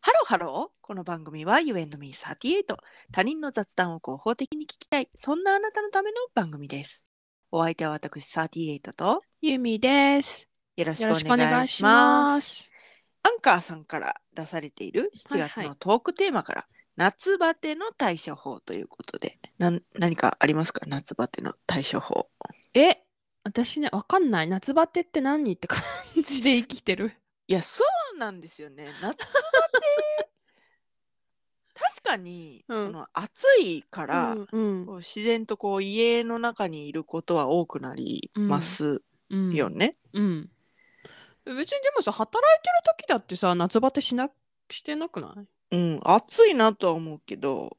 ハローハローこの番組は You and me38 他人の雑談を合法的に聞きたいそんなあなたのための番組ですお相手は私38とゆみです。よろしよくろおしくお願願いいししまますす。アンカーさんから出されている7月はいのはいトークテーマから、夏バテの対処法ということでなん何かありますか夏バテの対処法え、私ね、わかんない。夏バテって何って感じで生きてる。いやそうなんです よね夏バテ確かに、うんその暑いから、うんこう自然とこう家の中にいることは多くなりますうん。よね。うん。別にでもさ、働いてる時だってさ、夏バテしなしてなくなういん、暑いなとは思うけど、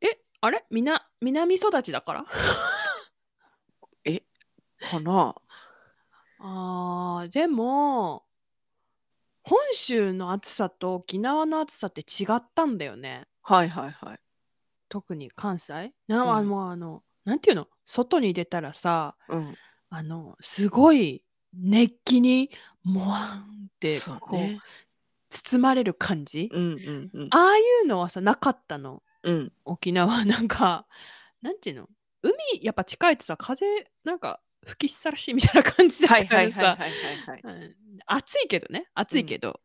え、あれみな、南育ちだからかな。あー、でも、本州の暑さと沖縄の暑さって違ったんだよね。はいはいはい。特に関西。な、うんあもうあの、なんていうの外に出たらさ、うん。あのすごい熱気にもわんってそうこうね。包まれる感じ、うんうんうん。ああいうのはさなかったのうん。沖縄なんかなんていうの海やっぱ近いとさ風なんか吹きさらしいみたいな感じだはいったかはいらはいはいさはいはい。うん暑いけどね暑いけど、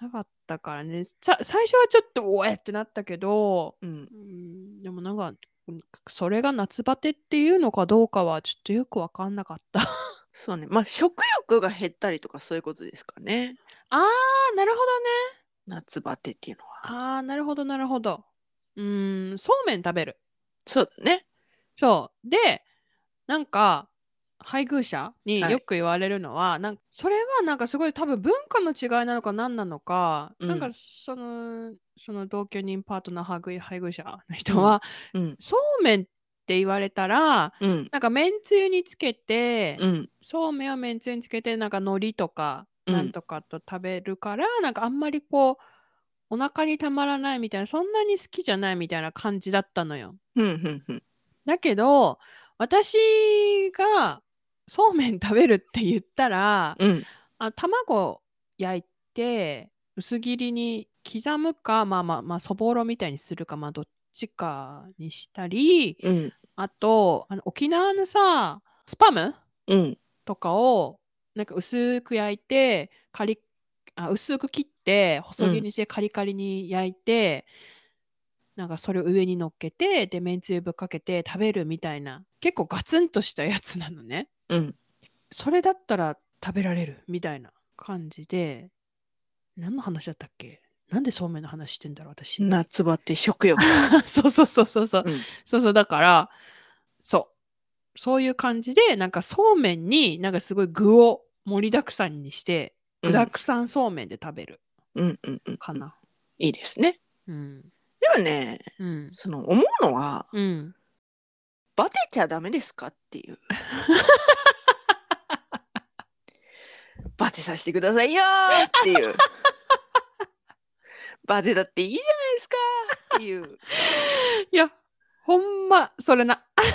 なかったからねさ最初はちょっとおえってなったけどうん。うんでもなんかそれが夏バテっていうのかどうかはちょっとよく分かんなかったそうね。まあ食欲が減ったりとかそういうことですかね。あーなるほどね夏バテっていうのは。あーなるほどなるほどうーんそうめん食べるそうだね。そうでなんか配偶者にはいよく言われるのは、なんかそれはなんかすごい多分文化の違いなのか何なのか、うんなんかそのその同居人パートナー配偶配偶者の人は、うんそうめんって言われたらうんなんかめんつゆにつけて、うんそうめんをめんつゆにつけてなんか海苔とかうんなんとかと食べるから、なんかあんまりこうお腹にたまらないみたいなそんなに好きじゃないみたいな感じだったのよ。うんうんうん。だけど私がそうめん食べるって言ったら、うんあ卵焼いて薄切りに刻むかまあまあまあそぼろみたいにするかまあどっちかにしたりうんあとあの沖縄のさスパムうんとかをなんか薄く焼いてカリあ薄く切って細切りにしてカリカリに焼いて、なんかそれを上に乗っけてでめんつゆぶっかけて食べるみたいな結構ガツンとしたやつなのねうん。それだったら食べられるみたいな感じで何の話だったっけなんでそうめんの話してんだろう私夏バテ食欲。そうそうそうそうそう、うんそうそうだからそうそういう感じでなんかそうめんになんかすごい具を盛りだくさんにして具だくさんそうめんで食べるうんうんうん。か。な。いいですね。うんでもね、うんその思うのは、うん、バテちゃダメですかっていう。バテさせてくださいよーっていう。バテだっていいじゃないですかっていう。いやほんまそれな。いや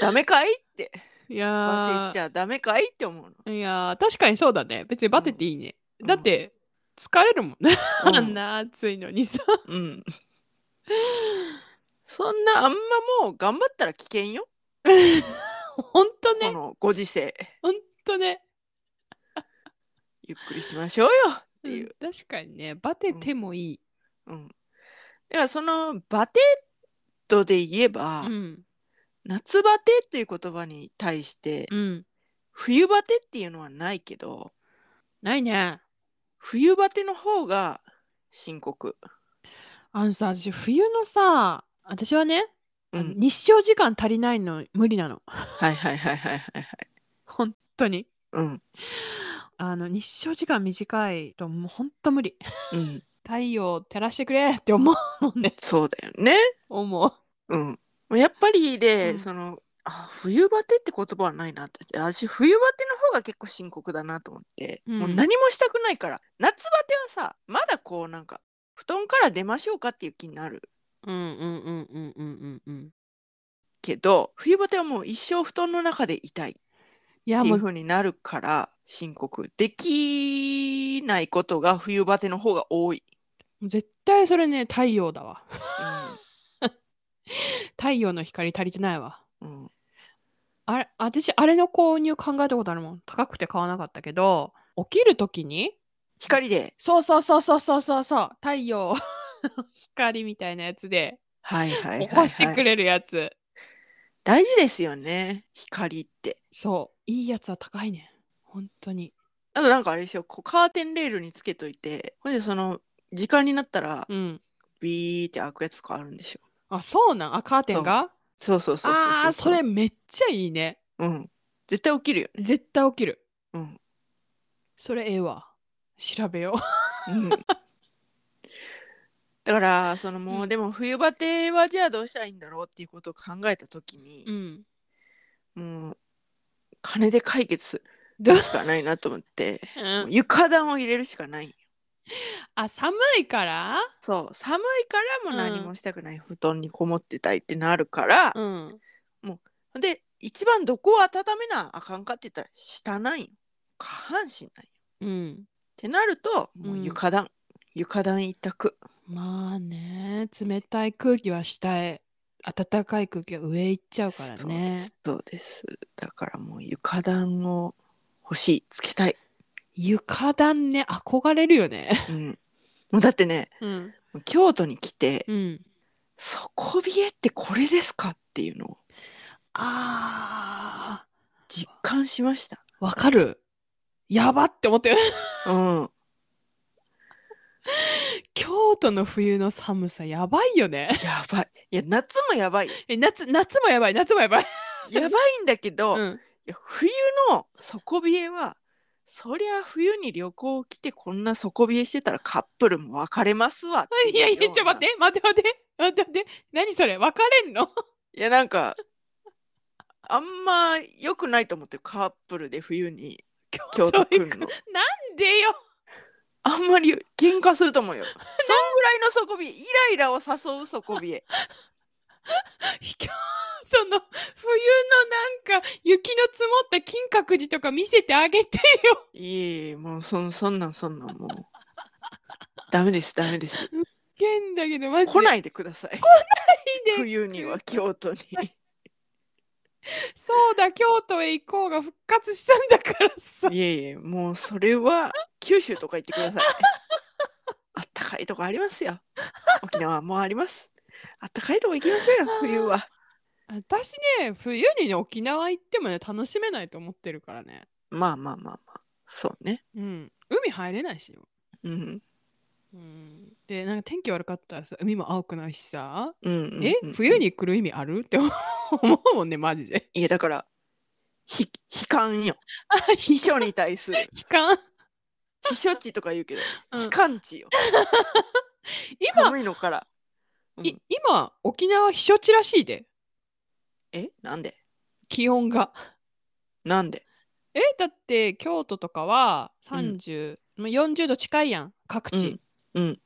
ダメかいって。いやバテちゃダメかいって思うーいやー確かにそうだね別にバテていいね。うんだって疲れるもんね、の。 あうんん。な暑いの にさ。うんそんなあんまもう頑張ったら危険よ。ほんとこねのご時世。ほんとね。ゆっくりしましょうよっていう。うん確かにねバテてもいい。うん。だからそのバテ度で言えば、うん夏バテっていう言葉に対して、うん、冬バテっていうのはないけどないね。冬バテの方が深刻あのさ私冬のさ私はね、うんあの日照時間足りないの無理なのはいはいはいはいはいはい本当にうんあの日照時間短いともう本当無理うん太陽を照らしてくれって思うもんねそうだよね思ううんやっぱりで、うんそのあ冬バテって言葉はないなって私冬バテの方が結構深刻だなと思って、うんもう何もしたくないから夏バテはさまだこうなんか布団から出ましょうかっていう気になるうんうんうんうんうんうんうんけど冬バテはもう一生布団の中でいたいいやっていもううふうになるから申告できないことが冬バテの方が多い。絶対それね太陽だわう太陽の光足りてないわんうんあれ私あれの購入考えたことあるもん高くて買わなかったけど起きる時に光で。そうそうそうそうそうそうそう太陽光みたいなやつではいはいはい、はい。起こしてくれるやつ、大事ですよね。光って。そういいやつは高いね本当にあとなんかあれですよ。こうカーテンレールにつけといて、ほんでその時間になったらうんビーって開くやつとかあるんでしょ。あそうなんあカーテンがそうそうそうそうそうう。あーそれめっちゃいいねうん。絶対起きるよね。絶対起きるうん。それええわ調べよううん、だからそのもう、うんでも冬バテはじゃあどうしたらいいんだろうっていうことを考えた時に、 うんもう金で解決すどるうしかないなと思ってうんもう床暖を入れるしかないあ寒いからそう寒いからもう何うんもしたくない、布団にこもってたいってなるから、うんで一番どこを温めなあかんかって言ったら下なんよ下半身なんよっうんてなるともううん床暖、床暖一択まあね冷たい空気は下へ暖かい空気は上行っちゃうからそうねですそうですだからもう床暖を欲しいつけたい、床暖ね憧れるよねうん、もうだってねうん京都に来て、うん底冷えってこれですかっていうのをあ実感しました。ーわかるやばって思ったようん、京都の冬の寒さやばいよねやばい。いや夏もやばいよ。 え夏夏もやばい夏もやばい、やばいんだけど、ういん、 や冬の底冷えはそりゃ冬に旅行来てこんな底冷えしてたらカップルも別れますわってういやいやちよょうなっと待って待って待って待って待って何それ別れんのいやなんかあんま良くないと思ってるカップルで冬に京都来行るくのなんでよ あんまり喧嘩すると思うよそんぐらいの底冷えイライラを誘う底冷えひょその冬のなんか雪の積もった金閣寺とか見せてあげてよ。いえいえもうそんそんなんそんなんもうダメですダメですけんだけどマジで来ないでくださいいで冬には京都 にそうだ京都へ行こうが復活したんだから さ。いえいえもうそれは九州とか行ってくださいあったかいとこありますよ沖縄もありますあったかいとこ行きましょうよ 冬は私ね冬にね沖縄行ってもね楽しめないと思ってるからね。まあまあまあまあそうねうん海入れないしよ。うんうん、でなんか天気悪かったらさ海も青くないしさ。うんうんうんえ冬に来る意味あるって思うもんねマジで。いやだからひ悲観よ秘書に対する悲観秘書地とか言うけどうん悲観地よ今、寒いのから、うんい今沖縄避暑地らしいでえなんで気温が。なんでえだって京都とかはうん30、まあ40度近いやん各地、うんうん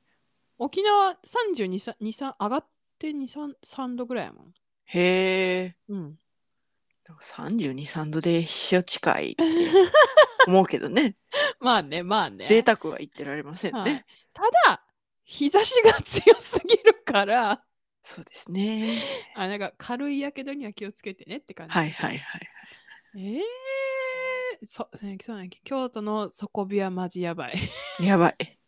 沖縄323上がって233度ぐらいやもん、へえうん、 323度で避暑地かいって 思うけどねまあねまあね贅沢は言ってられませんね、はいただ日差しが強すぎるからそうですねあなんか軽いやけどには気をつけてねって感じ、はいはいはいええそそうなんや京都の底火はマジやばいやばい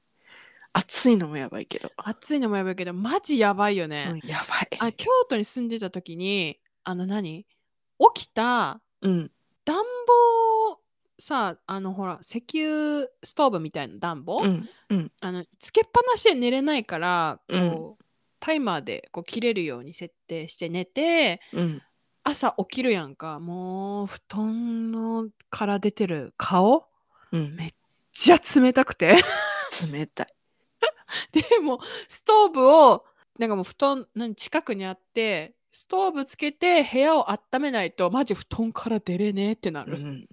暑いのもやばいけど、暑いのもやばいけどマジやばいよね、うん、やばいあ京都に住んでた時にあの何起きたうん暖房さあのほら石油ストーブみたいな暖房、うんうんあのつけっぱなしで寝れないからこう、うタイマーでこう切れるように設定して寝てうん朝起きるやんかもう布団のから出てる顔うんじゃ冷たくて冷たい でもうストーブをなんかもう布団何近くにあってストーブつけて部屋を温めないとマジ布団から出れねえってなうる、ん、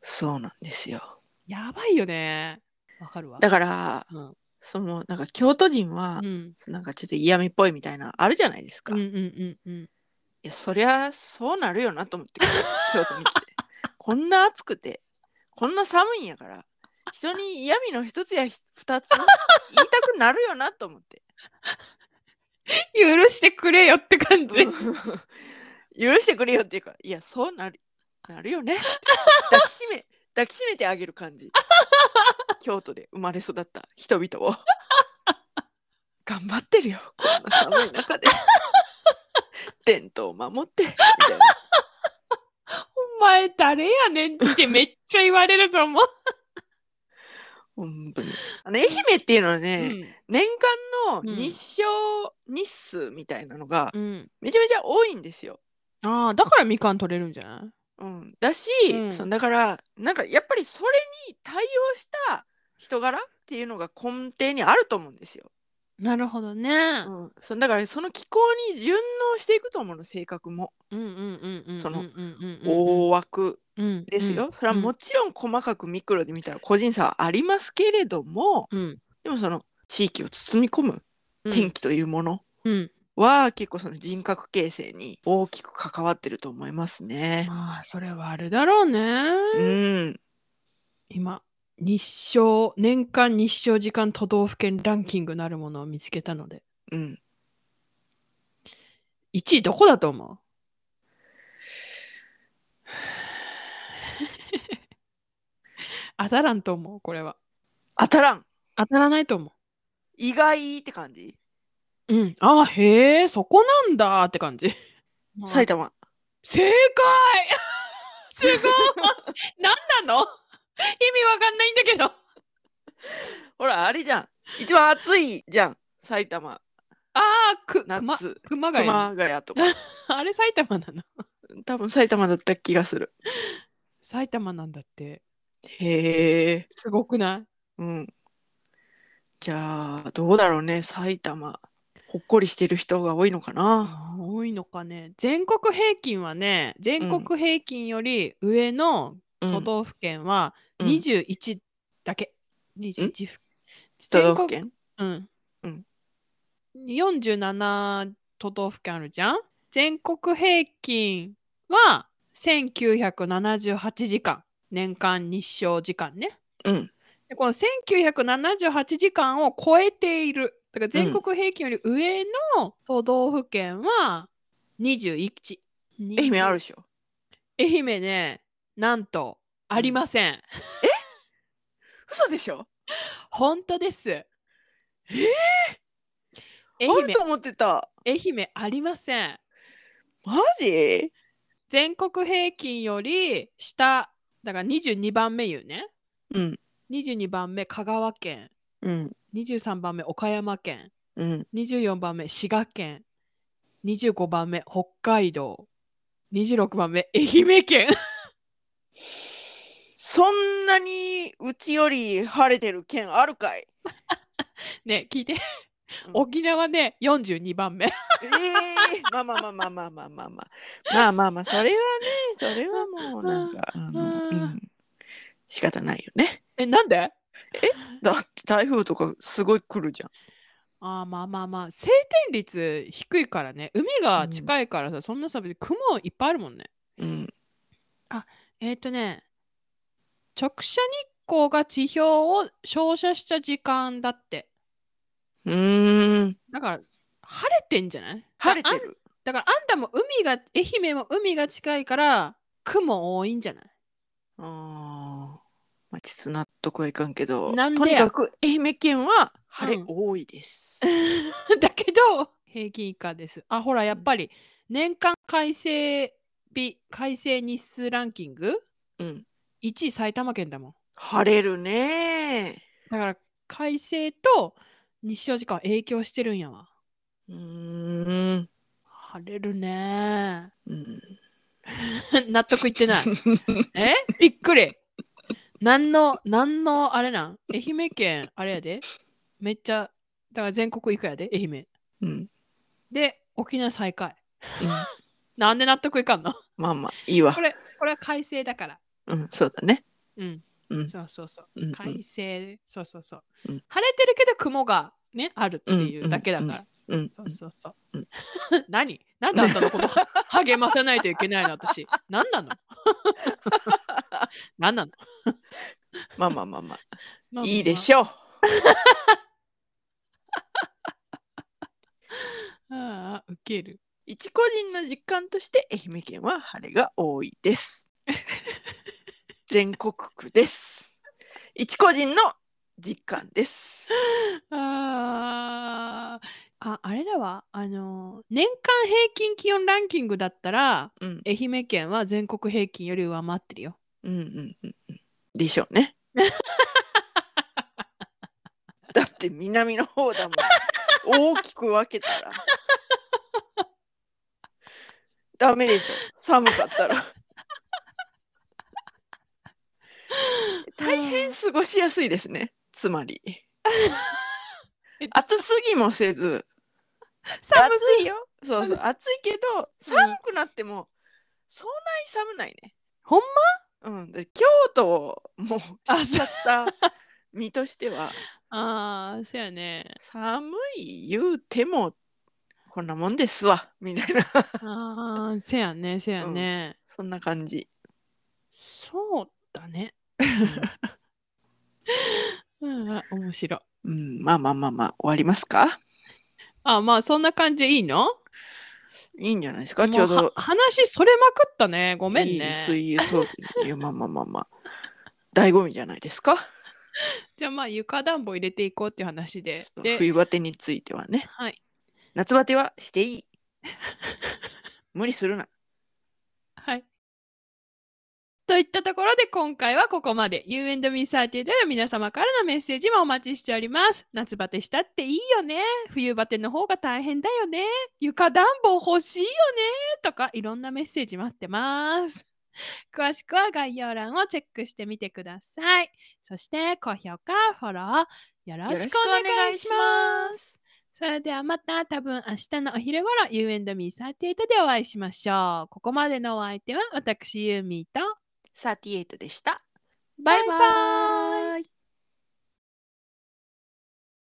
そうなんですよやばいよねわかるわだからうんそのなんか京都人はう、んなんかちょっと嫌味っぽいみたいなあるじゃないですか、うんういんうんうんやそりゃそうなるよなと思って京都に来てこんな暑くて、こんな寒いんやから、人に嫌味の一つやひ二つ言いたくなるよなと思って。許してくれよって感じ。許してくれよっていうか、いや、そうなるなるよねって。抱きしめ、抱きしめてあげる感じ。京都で生まれ育った人々を。頑張ってるよ、こんな寒い中で。伝統を守って、みたいな。お前誰やねんってめっちゃ言われると思う。本当に。あの、愛媛っていうのはね、年間うのん日照日数みたいなのがうん。めちゃめちゃ多いんですよ。ああ、だからみかん取れるんじゃないうん、だし、うんそのだからなんかやっぱりそれに対応した人柄っていうのが根底にあると思うんですよ。なるほどね。うん、そのだからその気候に順応していくと思うの性格もうんうんうんうん。そのうんうんうん大枠うんですよ。。それはもちろん細かくミクロで見たら個人差はありますけれどもうん。でもその地域を包み込むうん天気というもの、うん。は結構その人格形成に大きく関わってると思いますね。まあ、それはあるだろううね。ん、今、日照、年間日照時間都道府県ランキングなるものを見つけたので。うん、 1位どこだと思う 当たらんと思う、これは。当たらん当たらないと思意外って感じう。うん。あ、へえ、そこなんだって感じ。埼玉正解 すごい何なの意味わかんないんだけど。ほらあれじゃん一番暑いじゃん埼玉ああ、く、熊夏熊谷。熊谷 とかあれ埼玉なの多分埼玉だった気がする。埼玉なんだって。へえ、すごくないうん。じゃあどうだろうね埼玉ほっこりしてる人が多いのかな。あー多いのかね。全国平均はね、全うん国平均より上のうん都道府県はうん21だけ。21府都道府県うん。うん47都道府県あるじゃん全国平均は1978時間。年間日照時間ね。うんでこの1978時間を超えている。だから全国平均より上の都道府県は21。愛媛あるるでしょ。愛媛ね、なんとありません。嘘でしょ本当です。えあ愛媛ると思ってた。愛媛ありませんマジ全国平均より下だから22番目言うねうん22番目香川県うん23番目岡山県うん。 24番目滋賀県25番目北海道26番目愛媛県 そんなにうちより晴れてる県あるかいね聞いてうん沖縄ね42番目 ええまあまあまあまあまあまあまあまあまあまあまあそれはねそれはもうなんかあの、うん、仕方ないよねえなんでだって台風とかすごい来るじゃんあーまあまあまあ晴天率低いからね海が近いからさ、そんなさ別に雲いっぱいあるもんねうんえっ、とね、直射日光が地表を照射した時間だって。うーんだから、晴れてんじゃない晴れてだからあんるだから、あんたも海が、愛媛も海が近いから、雲多いんじゃないあーまあちょっと納得はいかんけどなんでとにやかく愛媛県は晴うれん多いです、 だけど、平均以下です。あ、ほら、やっぱり、年間改正日、改正日数ランキングうん、 1位埼玉県だもん。晴れるねだから、改正と日照時間は影響してるんやわ。うーん晴れるね うん納得いってない。え びっくり。なんの、なんの、あれなん愛媛県、あれやで。めっちゃ、だから全国行くやで、愛媛。 うんで、沖縄最下位。うんなんで納得いかんのまあまあいいわこ。れ、これは改正だから。うん、そうだね。うん。うんそうそうそう。うんうん改正、そうそうそううん。晴れてるけど雲がね、あるっていうだけだから。うんうん。そうそうそううん 何なんであんたのことは励まさないといけないの私。何なの 何なの、まあまあまあまあまあいいでょ。しょうああ、ウケる。一個人の実感として愛媛県は晴れが多いです全国区です一個人の実感ですあーあ、あれだわ。あのー、年間平均気温ランキングだったら、うん愛媛県は全国平均より上回ってるよ。うんうんうんうんでしょうねだって南の方だもん大きく分けたらダメでしょ寒かったら大変過ごしやすいですねつまり暑すぎもせず寒す暑いよそうそう暑いけど寒くなってもそんなに寒ないねほんうん、で京都をもうあしちゃった身として はああ、そうやね。寒い言うてもこんなもんですわみたいな ああ、せやね、せやうんね。そんな感じ、そうだね。うん、 面白い。うん、まあまあまあまあ終わりますかあ、まあそんな感じでいいのいいんじゃないですかもうちょうどは話それまくったね。ごめんいいね。水泳そういやまあまあまあまあ醍醐味じゃないですかじゃあまあ床暖房入れていこうっていう話で。で、冬バテについてはねはい。夏バテはして いい無理するなはい。といったところで今回はここまで。You and me30 では皆様からのメッセージもお待ちしております。夏バテしたっていいよね。冬バテの方が大変だよね。床暖房欲しいよね。とかいろんなメッセージ待ってます。詳しくは概要欄をチェックしてみてください。そして高評価、フォローよろしくお願いします。それではまた多分明日のお昼頃 You and me38 でお会いしましょう。ここまでのお相手は私ユーミーと38でしたバイババイバイ